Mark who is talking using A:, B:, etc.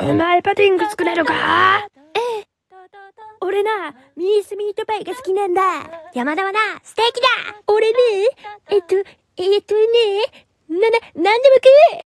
A: お前パティング作れるか
B: ええ。
A: 俺な、ミースミートパイが好きなんだ。
B: 山田はな、ステーキだ
A: 俺ね、えっと、えっとね、な、な、なんでも食う